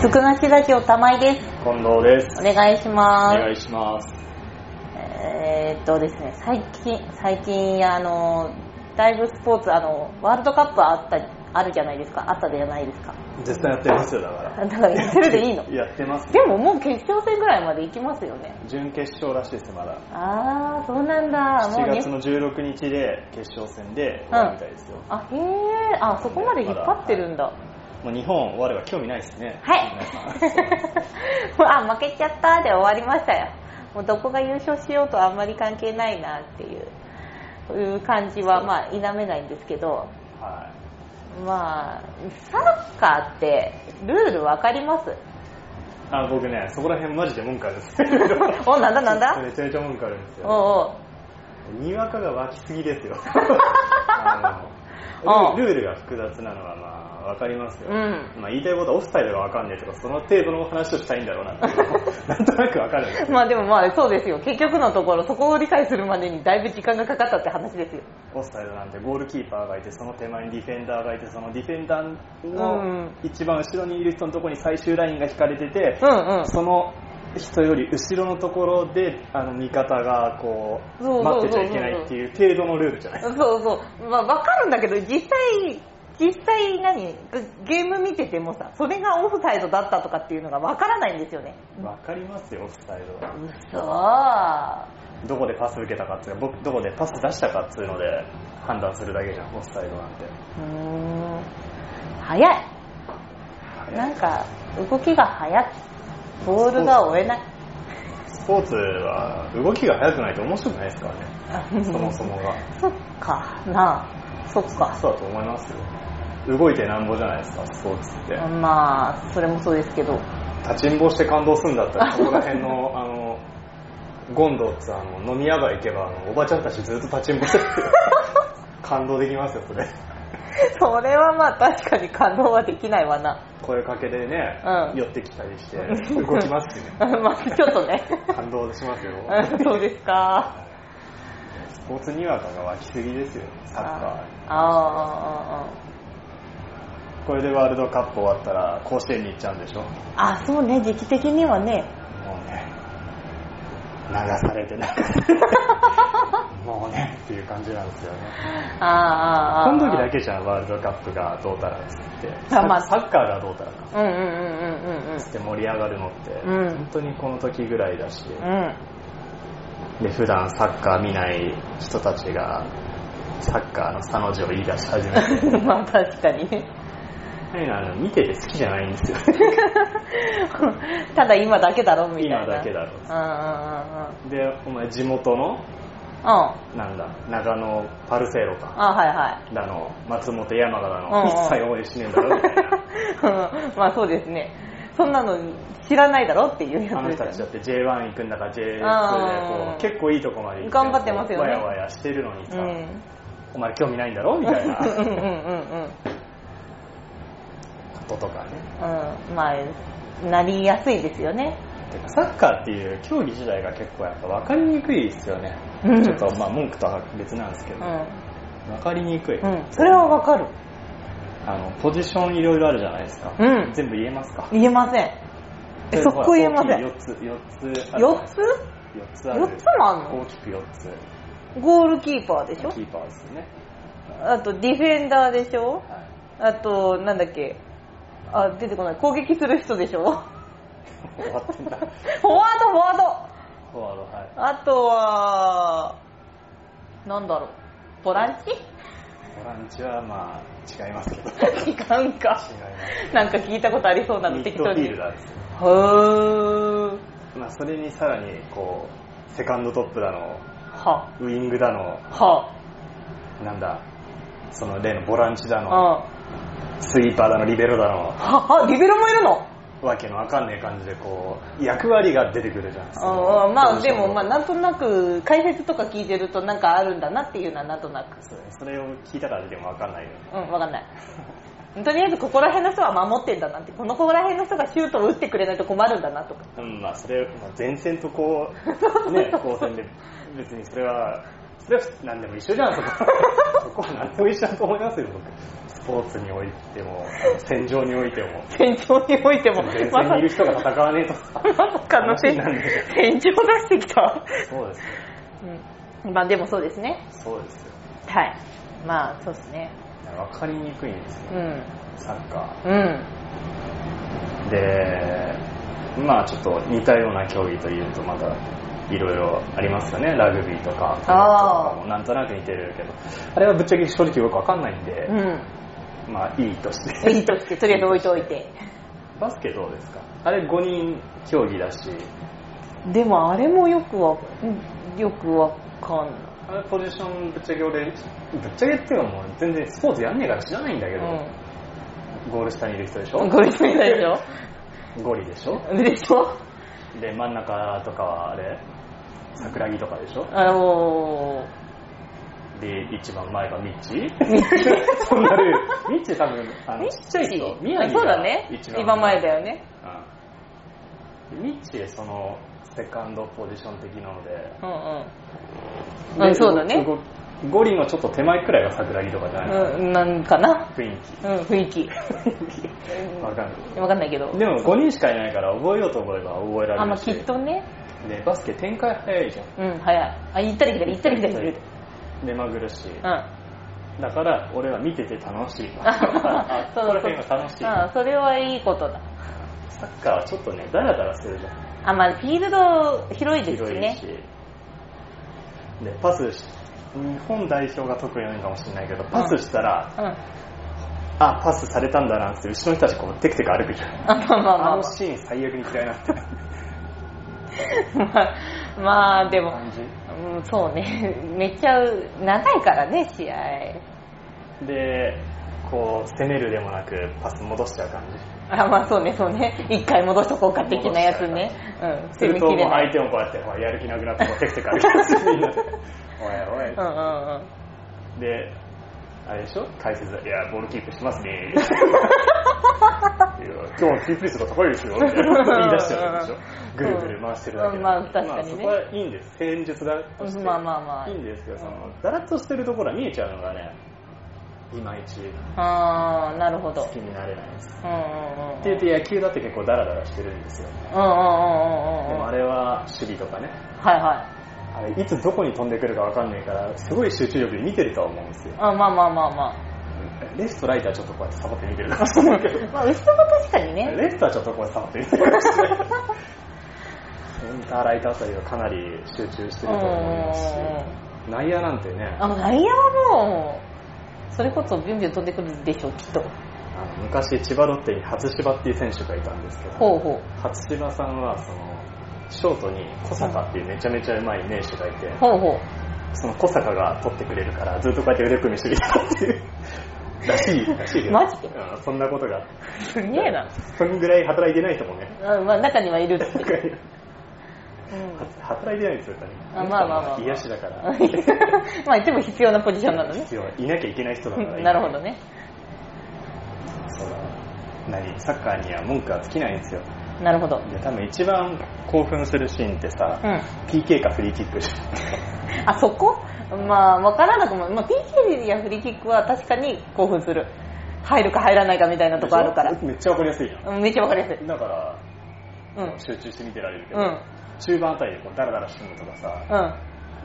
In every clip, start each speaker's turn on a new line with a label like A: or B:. A: 福なしラジオ玉井です。
B: 近藤です。
A: お願いし
B: お
A: ま
B: 願いします。
A: す。えー、っとですね、最近、最近、あの、だいぶスポーツ、あの、ワールドカップあった、あるじゃないですか。あったじゃないですか。
B: 絶対やってますよ、だか
A: だから言ってるでいい の
B: ら。。やってます。
A: でももう決勝戦ぐらいまで行きますよね。
B: 準決勝らしいです、まだ。
A: あー、そうなんだ。もう
B: 7
A: ね
B: 月の16日で決勝戦で終わるみたいですよ。
A: あ、へー、あ、そこまで引っ張ってるんだ。
B: もう日本終われば興味ないですね。
A: はい。 あ、負けちゃったで終わりましたよ。もうどこが優勝しようとあんまり関係ないなっていういう感じはまあ否めないんですけど、
B: は
A: まあ、サッカーってルールわかります
B: い。あ、僕ね、そこら辺マジで文句あるんです。
A: お、なんだなんだ
B: めちゃめちゃ文句あるんです
A: おう
B: よ。
A: お
B: にわかが湧きす ぎですよ。あの
A: うん
B: ルルールが複雑なのはまあ、わかりますよ。
A: う。うん。
B: まあ、言いたいことはオフサイドがわかんねえとか、その程度の話をしたいんだろうな っていうのをなんとなくわかるんですよ
A: まあでもまあそうですよ。結局のところそこを理解するまでにだいぶ時間がかかったって話ですよ。
B: オフサイドなんてゴールキーパーがいてその手前にディフェンダーがいてそのディフェンダー
A: うん
B: の一番後ろにいる人のところに最終ラインが引かれてて
A: う、んうん。
B: その人より後ろのところであの味方がこ
A: そううそうそう
B: 待ってちゃいけないっていう程度のルールじゃないです
A: そうそう。まあ、わかるんだけど、実際、実際何ゲーム見ててもさ、それがオフサイドだったとかっていうのがわからないんですよね。
B: かわかりますよオフサイドは
A: 嘘ー。
B: どこでパス受けたかっていうか僕どこでパス出したかっていうので判断するだけじゃんオフサイドなんて
A: うーん。早い。なんか、動きが早い。ボールが追えない。
B: スポーツは動きが速くないと面白くないですからねそもそもが
A: そっかなあ。そっか。
B: そうだと思いますよ動いてなんぼじゃないですかスポーツって
A: まあ、それもそうですけど。
B: 立ちんぼして感動するんだったらここら辺のあのゴンドウってあの飲み屋街行けばあのおばちゃんたちずっと立ちんぼしてる感動できますよそれ
A: それはまあ確かに可能はできないわな。
B: 声かけでね、
A: うん
B: 寄ってきたりして動きますよね
A: まあ、ちょっとね。
B: 感動しますよ
A: うんそうですか。
B: スポーツにわかが湧きすぎですよサッカ
A: ああ
B: ーこれでワールドカップ終わったら甲子園に行っちゃうんでしょ
A: ああああそうね時期的にはね
B: もうね、流されて流さ れて、もうねっていう感じなんですよね。
A: ああああああ
B: この時だけじゃん、ワールドカップがどうたらっつって、
A: あまあ
B: ササッカーがどうたらか
A: うんうんうんうんうん
B: つって盛り上がるのって、
A: うん
B: 本当にこの時ぐらいだし、
A: うん
B: で普段サッカー見ない人たちが、サッカーのサの字を言い出し始めて、
A: うん、ま あ確かに
B: 何なの見てて好きじゃないんで すよ。
A: ただ今だけだろみたいな
B: 今だけだろ
A: うん
B: で、お前地元の、
A: うんうんうんうん
B: なんだ、長野パルセイロか。
A: あはい は
B: だの、松本山田だの、
A: うんうん
B: 一切応援しねえんだろみた いな。
A: いうんまあそうですねそんなの知らないだろっていうやつ
B: あの
A: で
B: 人た
A: す
B: ち
A: よ
B: だって J1 行くんだから J2 で
A: うん
B: こう結構いいとこまで行
A: 頑張ってますよね
B: わやわやしてるのにさ、
A: ね
B: お前興味ないんだろみ たいな
A: うんうんう
B: こ
A: んうんうん
B: ととかね。
A: うんまあなりやすいですよね
B: てかサッカーっていう競技自体が結構やっぱ分かりにくいですよね。
A: うん
B: ちょっとまあ文句とは別なんですけ
A: う
B: ど、
A: ん、
B: 分かりにくい。
A: うん、それはわかる
B: あの、ポジションいろいろあるじゃないですか。
A: うん
B: 全部言えますか
A: 言えませんえそこ言えません
B: 4つ、4つある。
A: 4つ
B: 4つある。
A: 4つもあん
B: 大きく4つ。
A: のゴールキーパーでしょ
B: キーパーですよね。
A: あとディフェンダーでしょ
B: はい
A: あとなんだっけあ出てこない攻撃する人で しょ
B: 終わって んだ。
A: フォワードフォワード
B: フォワード、はい。
A: あとはなんだろうボランチ
B: ボランチはまあ、違います けど。違い
A: いかんか
B: ま
A: なんか聞いたことありそうな
B: す。
A: の
B: ミッ
A: 適
B: ドフ
A: 当
B: ィ
A: に
B: ールダーですよ。
A: へー
B: まあ、それにさらに、こう、セカンドトップだの、
A: は
B: ウイングだの、
A: は
B: なんだ、その例のボランチだ
A: うん
B: の、
A: は
B: スイーパーだの、リベロだの、
A: はリベロもいるの
B: わけのわかんねえ感じで、こう、役割が出てくるじゃん。その
A: あーまあ
B: ポジシ
A: で
B: ョンの
A: もまあなんとなく解説とか聞いてるとなんかあるんだなっていうのはなんとなく
B: そうそれを聞いたからでもわかんないよ。
A: うん、わかんない。 とりあえずここら辺の人は守ってんだなって、このこら辺の人がシュートを打ってくれないと困るんだなとか。
B: うん、まあそれ、まあ前線とこう、ね、後線で、別にそれはそれは何でも一緒じゃん、そこ。そこは何でも一緒だと思いますよ、僕。スポーツにおいても、あの戦場においても。
A: 戦場においても、
B: 前
A: ま
B: 線
A: さ
B: にいる人が戦わねえとさ。
A: まさかの戦
B: 話になるんで
A: 戦場出してきた。
B: そうですね。
A: うん。まあでもそうですね。
B: そうですよ。
A: はい。まあそうですね。
B: わかりにくいんです
A: う
B: よ、
A: ん。
B: サッカ
A: うん。
B: ー。で、まあちょっと似たような競技というと、まだいろいろありますよね。ラグビーとか、と
A: あー
B: かもなんとなく似てるけど、あれはぶっちゃけ正直よくわかんないんで、
A: う
B: まあいいとして。
A: ん。いいとして、とりあえず置いといて。
B: バスケどうですかあれ5人競技だし、
A: でもあれもよくわ、よくわかんない。
B: あれポジションぶっちゃけ俺、ぶっちゃけっていうかもう全然スポーツやんねえから知らないんだけど、ゴール下にいる人でし
A: う
B: ょ
A: ん。ゴリスみたいでしょ
B: ゴリでしょ
A: でしょ
B: で、真ん中とかはあれ桜木とかでしょ
A: あの
B: で、一番前がミッチ
A: ー、ミッチー。
B: そんなルールミッチ多分、あの、
A: ミ
B: ちっちゃい人、宮
A: ッチー
B: 城
A: そうだ
B: が
A: ね。
B: 一
A: 今
B: 番
A: 前だよね。
B: うんでミッチその、セカンドポジション的なので、
A: うん
B: で
A: うんそうだね
B: 動きゴリのちょっと手前くらいが桜木とかじゃないかな、
A: うん。うん、なんかな。
B: 雰囲
A: うん、雰 囲気。
B: 気。わかんない。
A: わかんないけど。
B: でも5人しかいないから覚えようと思えば覚えられるし。
A: あ、まあきっとね。
B: で、バスケ展開早いじゃん。
A: うん、早い。あ、行ったり来たり、行ったり来たりする。
B: 目まぐるしい。
A: うん。
B: だから俺は見てて楽しい。
A: あ
B: あ、そ こら辺が楽しい。
A: うん、それはいいことだ。
B: サッカーはちょっとね、ダラダラするじゃん。
A: あ、まあフィールド広いですし
B: 広い
A: ね
B: し。。で、パスし、日本代表が得意なのかもしれないけど、パスしたら、
A: うん。あ、
B: あ、パスされたんだなって、後ろの人たちこうテクテク歩くじゃん。
A: まあまあま
B: あ
A: あ
B: のシーン最悪に嫌いなって
A: まあ。まあ、でも、
B: 感じ。
A: うん、そうね。 めっちゃ長いからね、試合。
B: でこう攻めるでもなくパス戻しちゃう感じ
A: あ、まあそうね、そうね。一回戻しとこうか的なやつね。うん。
B: するともう
A: ない。
B: 相手もこうやってほらやる気なくなってこうテクテク歩き出すみんなでおいおい、
A: うんうんうん。
B: であれでしょ解説いやボールキープします ねいや今日キープ率が高いですよみたいな言い出しちゃうでしょぐるぐる回してるだけ
A: うん
B: な
A: まあ
B: んで
A: 確かにね
B: そこはいいんです戦術だとして
A: まあまあまあ
B: いいんですけどそのだらっとしてるところは見えちゃうのがねいまいち
A: あー、なるほど
B: 好。きになれないです
A: うんうんうん。
B: って言うと野球だって結構ダラダラしてるんですよ
A: うんうんうんうんうん
B: で
A: うん。
B: もあ
A: はい
B: れは守備とかね、
A: はい。
B: あれいつどこに飛んでくるかわかんないから、すごい集中力で見てるとは思うんですよ。
A: あ、まあまあまあまあ。
B: レフト、ライトはちょっとこうやってサボって見てるかもしれないけど、
A: まあ、後ろは確かにね。
B: レフトはちょっとこうやってサボって見てるかもしれない。センター、ライトあたりはかなり集中してると思いますし、内野なんてね、
A: あ、
B: あ
A: もう内野はもう、それこそビュンビュン飛んでくるでしょう、きっと。
B: の昔、千葉ロッテに初芝っていう選手がいたんですけど、
A: ほうほ
B: 初芝さんはその、ショートに小坂っていうめちゃめちゃうまい名手がいて、
A: う。ほうほう。
B: その小坂が取ってくれるから、ずっとこうやって腕組みしてたっていう。らしい、らしいけど
A: マジで
B: うん、そんなことが。
A: すげえな。
B: そんぐらい働いてない人もね。
A: うん、まあ、中にはいるって。
B: は働いてないですよ、多分。
A: あまあまあまあまあ
B: 癒しだか
A: う
B: ら。
A: ん。 まあ、いつも必要なポジションなのね。
B: 必要いなきゃいけない人だから。
A: なるほどね。
B: そうだ。何サッカーには文句は尽きないんですよ。
A: なるほど。
B: で、多分一番興奮するシーンってさ、
A: うん。
B: PK かフリーキックじゃん
A: あ、そこまあ、わからなくも、まあ、PK やフリーキックは確かに興奮する。入るか入らないかみたいなとこあるから。
B: めっちゃわかりやすいじゃん。
A: うんめっちゃわかりやすい。
B: だから、
A: うん。うん。
B: 集中して見てられるけど、
A: うん。
B: 中盤あたりでこうダラダラしてるのとかさ、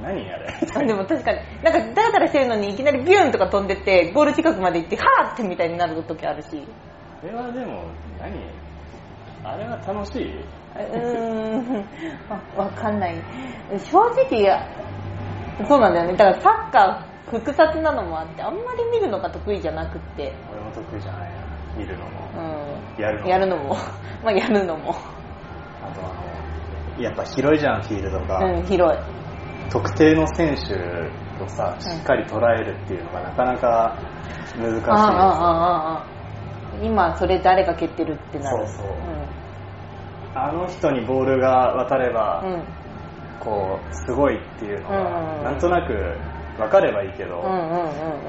B: 何あれ
A: あでも確かに、なんかダラダラしてるのにいきなりビューンとか飛んでって、ゴール近くまで行って、はーってみたいになる時あるし。
B: あれはでも何あれは楽しいう
A: ーん、わわかんない。正直、そうなんだよね。だからサッカー複雑なのもあって、あんまり見るのが得意じゃなくって。
B: 俺も得意じゃないな見るのも
A: うん。
B: やるのも
A: やるのも。 まあやるのも。
B: あとあのやっぱ広いじゃんフィールドが、
A: うん、広い。
B: 特定の選手をさしっかり捉えるっていうのがなかなか難しい
A: ああああああ今それ誰が蹴ってるってなる。
B: そうそうあの人にボールが渡れば、
A: うん。うん。
B: こうすごいっていうの
A: う
B: が
A: ん
B: なんとなく分かればいいけど、
A: うんうんうん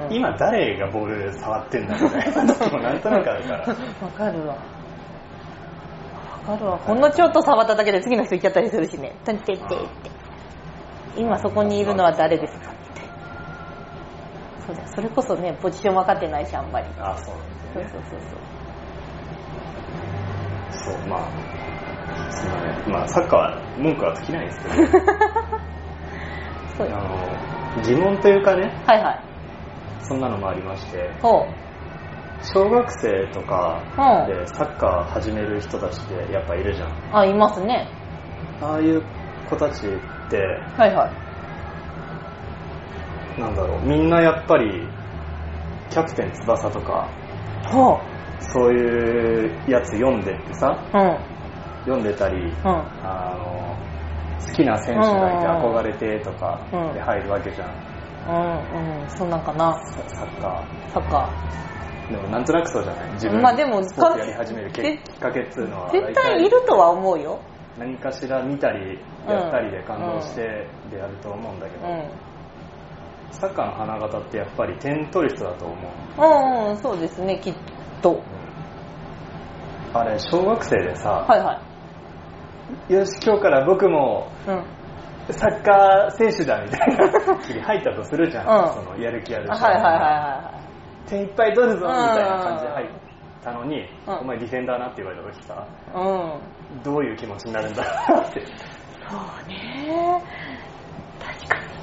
A: うん。
B: 今誰がボール触ってんだみたいな時もなんとなくある から
A: わかるわ。わかるわ。ほんのちょっと触っただけで次の人行っちゃったりするしね。トンテってって。今そこにいるのは誰ですかみたいそうだよそれこそねポジション分かってないしあんまり
B: あそうなんです
A: そうそ
B: ね
A: うそうそ
B: そうまあそんなねまあサッカーは文句は尽きないですけど
A: うそうよ
B: あの疑問というかね
A: はいはい
B: そんなのもありまして
A: ほう
B: 小学生とか
A: うん
B: でサッカー始める人たちってやっぱいるじゃん
A: あいますね
B: ああいう子たちって
A: はいはい
B: なんだろうみんなやっぱり「キャプテン翼」とか
A: ほ
B: そういうやつ読んでってさ
A: ううん
B: 読んでたり
A: うん
B: あの好きな選手がいて
A: うんうんうん
B: 憧れてとか
A: うん
B: で入るわけじゃん
A: うんうんそんなんかな
B: ササッカ
A: サッカ
B: ーでもなんとなくそうじゃない自
A: まあでも
B: 分スポーツやり始めるき
A: ぜ
B: っかけっていうの
A: ー
B: は
A: 絶対いるとは思うよ
B: 何かしら見たりやったりで感動してでやると思うんだけ
A: う
B: ど、
A: ん
B: サッカーの花形ってやっぱり点取る人だと思う、
A: うんうんそうですねきっと
B: あれ小学生でさ、
A: はいはい
B: よし今日から僕も
A: うん
B: サッカー選手だみたい な切り入ったとするじゃん、
A: うん
B: そのやる気ある
A: あ
B: し、
A: はいはいは
B: 点いっぱい取るぞみ
A: うん
B: たいな感じで入ったのに、
A: うん
B: お前ディフェンダーなって言われた時さ
A: いはいうん
B: どういう気持ちになるんだろうって
A: そうね確かに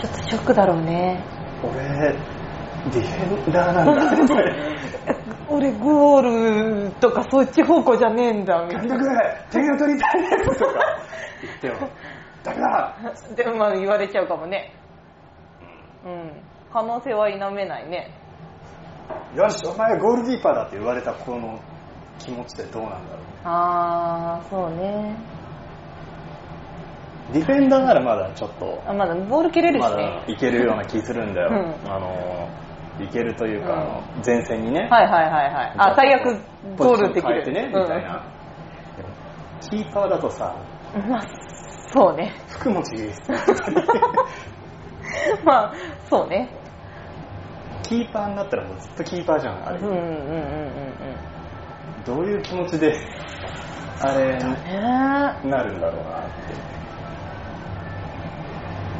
A: ちょっとショックだろうね
B: 俺ディフェンダーなんだ
A: 俺ゴールとかそっち方向じゃねえんだみたい
B: 監
A: な
B: 督点を取りたいですとか言ってもダメだ
A: でもまあ言われちゃうかもねうん可能性は否めないね
B: よしお前はゴールキーパーだって言われた子の気持ちってどうなんだろう
A: ああそうね
B: ディフェンダーならまだちょっと
A: あまだボール蹴れるし
B: ま
A: ね
B: だ、いけるような気するんだよ、
A: うん
B: あのいけるというか、
A: うん
B: あの前線にね、
A: はいはいはいはいあ最悪ゴールでき
B: ポジション変え
A: る
B: てねみたいな、でもキーパーだとさ
A: うんまあそうね
B: 福持ちいいっすね
A: まあそうね
B: キーパーになったらもうずっとキーパーじゃんあれ、
A: うんうんうんうんうん
B: どういう気持ちであれ
A: ね
B: なるんだろうなって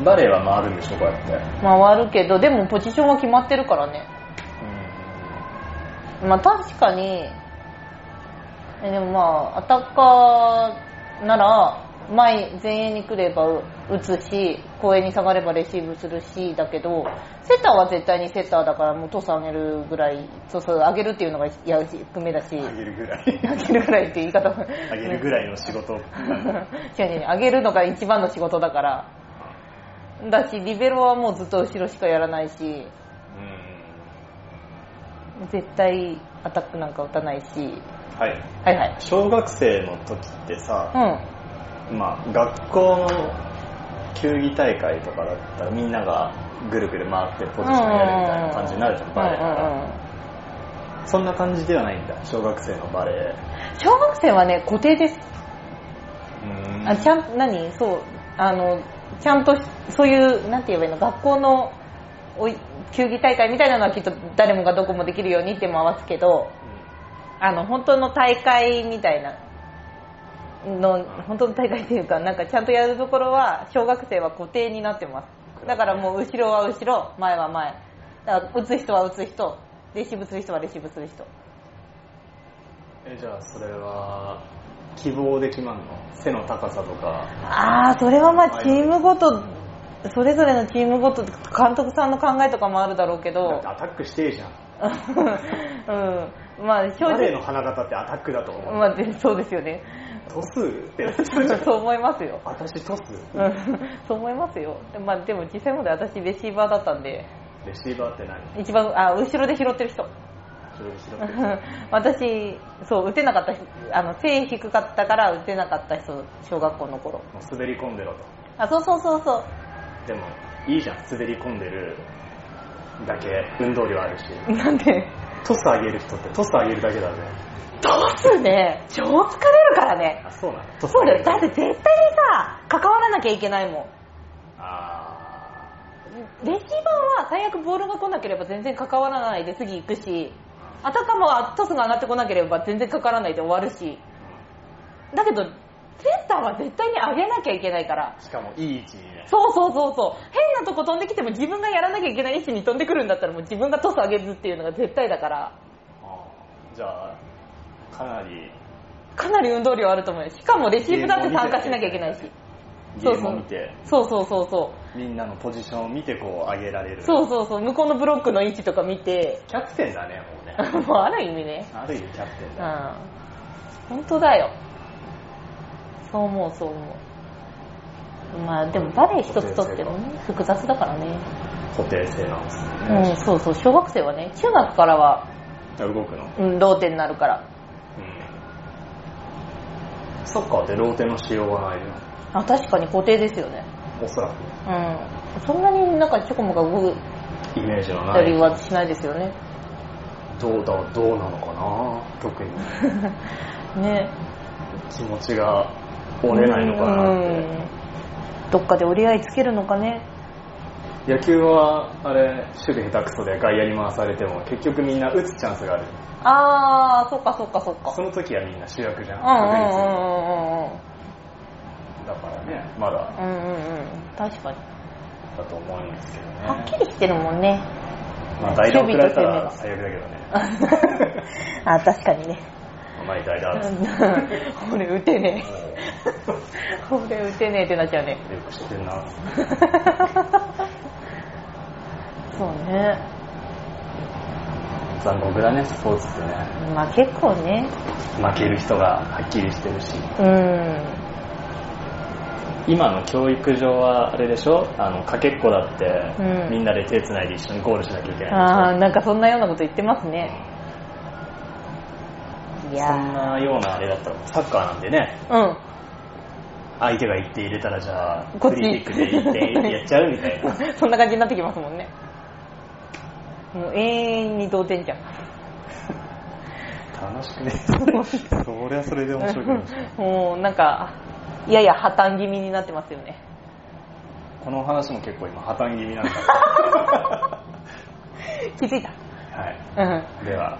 B: バレーは回るんでしょこうやって
A: 回るけどでもポジションは決まってるからねまあ確かにえでもまあアタッカーなら前前衛に来れば打つし後衛に下がればレシーブするしだけどセッターは絶対にセッターだからもうトス上げるぐらいそうそう上げるっていうのがや役目だし
B: うんあげるぐら い
A: 上げるぐらいって言い方も
B: あげるぐらいの仕事
A: 違う違う上げるのが一番の仕事だからだしリベロはもうずっと後ろしかやらないし
B: うん
A: 絶対アタックなんか打たないし
B: はい
A: はいはい
B: 小学生の時って
A: う
B: さ、
A: ん
B: まあ、学校の球技大会とかだったらみんながぐるぐる回ってポジションやるみたいな感じになるじゃん、バレーだから、
A: うんうんうん
B: そんな感じではないんだ小学生のバレ
A: 小学生はね固定です
B: ー
A: あちゃん何そうあのちゃんとそういうなんて言えばいいの学校のおい球技大会みたいなのはきっと誰もがどこもできるようにって回すけどあの本当の大会みたいなの本当の大会っていうかなんかちゃんとやるところは小学生は固定になってますだからもう後ろは後ろ前は前だから打つ人は打つ人レシーブする人はレシーブする人
B: えじゃあそれは希望で決まんの背の高さとか
A: ああそれはまあチームごとそれぞれのチームごと監督さんの考えとかもあるだろうけ
B: だっ
A: ど
B: てアタックしてえじゃん
A: うんまあ正
B: バレー
A: 直
B: の花形ってアタックだと思う、
A: まあでそうですよね
B: トスってな っちゃうじゃん
A: そう思いますよ
B: 私トス
A: うん そう思いますよまあでも実際問題私レシーバーだったんで
B: レシーバーって何
A: 一番あ後ろで拾ってる人
B: それ後ろって
A: 私そう打てなかった人あの背低かったから打てなかった人小学校の頃
B: もう滑り込んでろと
A: あそうそうそうそう
B: でもいいじゃん滑り込んでるだけ運動量あるし
A: なんで
B: トス上げる人ってトス上げるだけだぜ
A: どうすね超疲れるからね
B: あそうなのトス
A: そう
B: 上げ
A: だよ。
B: る
A: だって絶対にさ、関わらなきゃいけないも
B: あ
A: ん。レシーバーは最悪ボールが来なければ全然関わらないで次行くし、あたかもトスが上がってこなければ全然関わらないで終わるし。だけど、センタ段は絶対に上げなきゃいけないから。
B: しかもいい位置にね。
A: そうそうそうそう。変なとこ飛んできても自分がやらなきゃいけない位置に飛んでくるんだったらもう自分がトス上げずっていうのが絶対だから、
B: あーじゃあ、かなり、
A: かなり運動量あると思うよ。しかもレシーブだって参加しなきゃいけないし。
B: ゲ
A: そうそう
B: ームを見て、
A: そうそうそうそ
B: みんなのポジションを見てこう上げられ
A: う。
B: る。
A: そうそうそう。向こうのブロックの位置とか見て、
B: キャプテンだね、もう ね。
A: もうある意味ね。
B: ある意味キャプテン
A: うん
B: だ。。
A: 本当だよ。そう思うそう思う。まあでもバレエ一つとってもね、複雑だからね。
B: 固定性なんです
A: う
B: ね
A: ん、。そうそう。小学生はね、中学からは、
B: 動くの。
A: うん、同点になるから。
B: うんサッカーってローテの仕様がないよ。
A: あ、確かに固定ですよね。
B: おそら
A: うん。そんなになんかチョコモが動い
B: くイメージのな
A: た
B: い
A: り。はしないですよね。
B: どうだ、どうなのかな特に。
A: ね。
B: 気持ちが折れないのかなって。
A: うんどっかで折り合いつけるのかね。
B: 野球はあれ守備下手くそで外野に回されても結局みんな打つチャンスがある
A: あー、そっかそっかそっ
B: そ
A: か。
B: の時はみんな主役じゃん
A: う
B: 確率に
A: ん
B: だからねまだ
A: うんうんうん。うんうんうん。確かに。
B: だと思うんですけどね
A: はっきりしてるもん ね。
B: まあ代打送られたら
A: 守備と攻
B: 最悪だけどね
A: あ、確かにね。
B: お前代打です
A: うん俺打てねえ。俺打てねえってなっちゃうね。
B: よく知ってんな
A: そうね。
B: 残酷だねスポーツってね
A: まあ結構ね。
B: 負ける人がはっきりしてるし
A: うん。
B: 今の教育上はあれでしょあのかけっこだって、
A: うん
B: みんなで手つないで一緒にゴールしなきゃいけないでしょ
A: ああ、なんかそんなようなこと言ってますね。い
B: そ
A: や
B: んなようなあれだったらサッカーなんでね
A: ーうん。
B: 相手が1点入れたらじゃあ
A: こっ
B: フ
A: ち
B: リーキックで1点やっちゃうみたいな
A: そんな感じになってきますもんね。もう永遠に同点じゃん。
B: 楽しくね そりゃそれで面白くない
A: もうなんか、やや破綻気味になってますよね。
B: この話も結構今破綻気味なんだ
A: 気づいた
B: は
A: うん。
B: いでは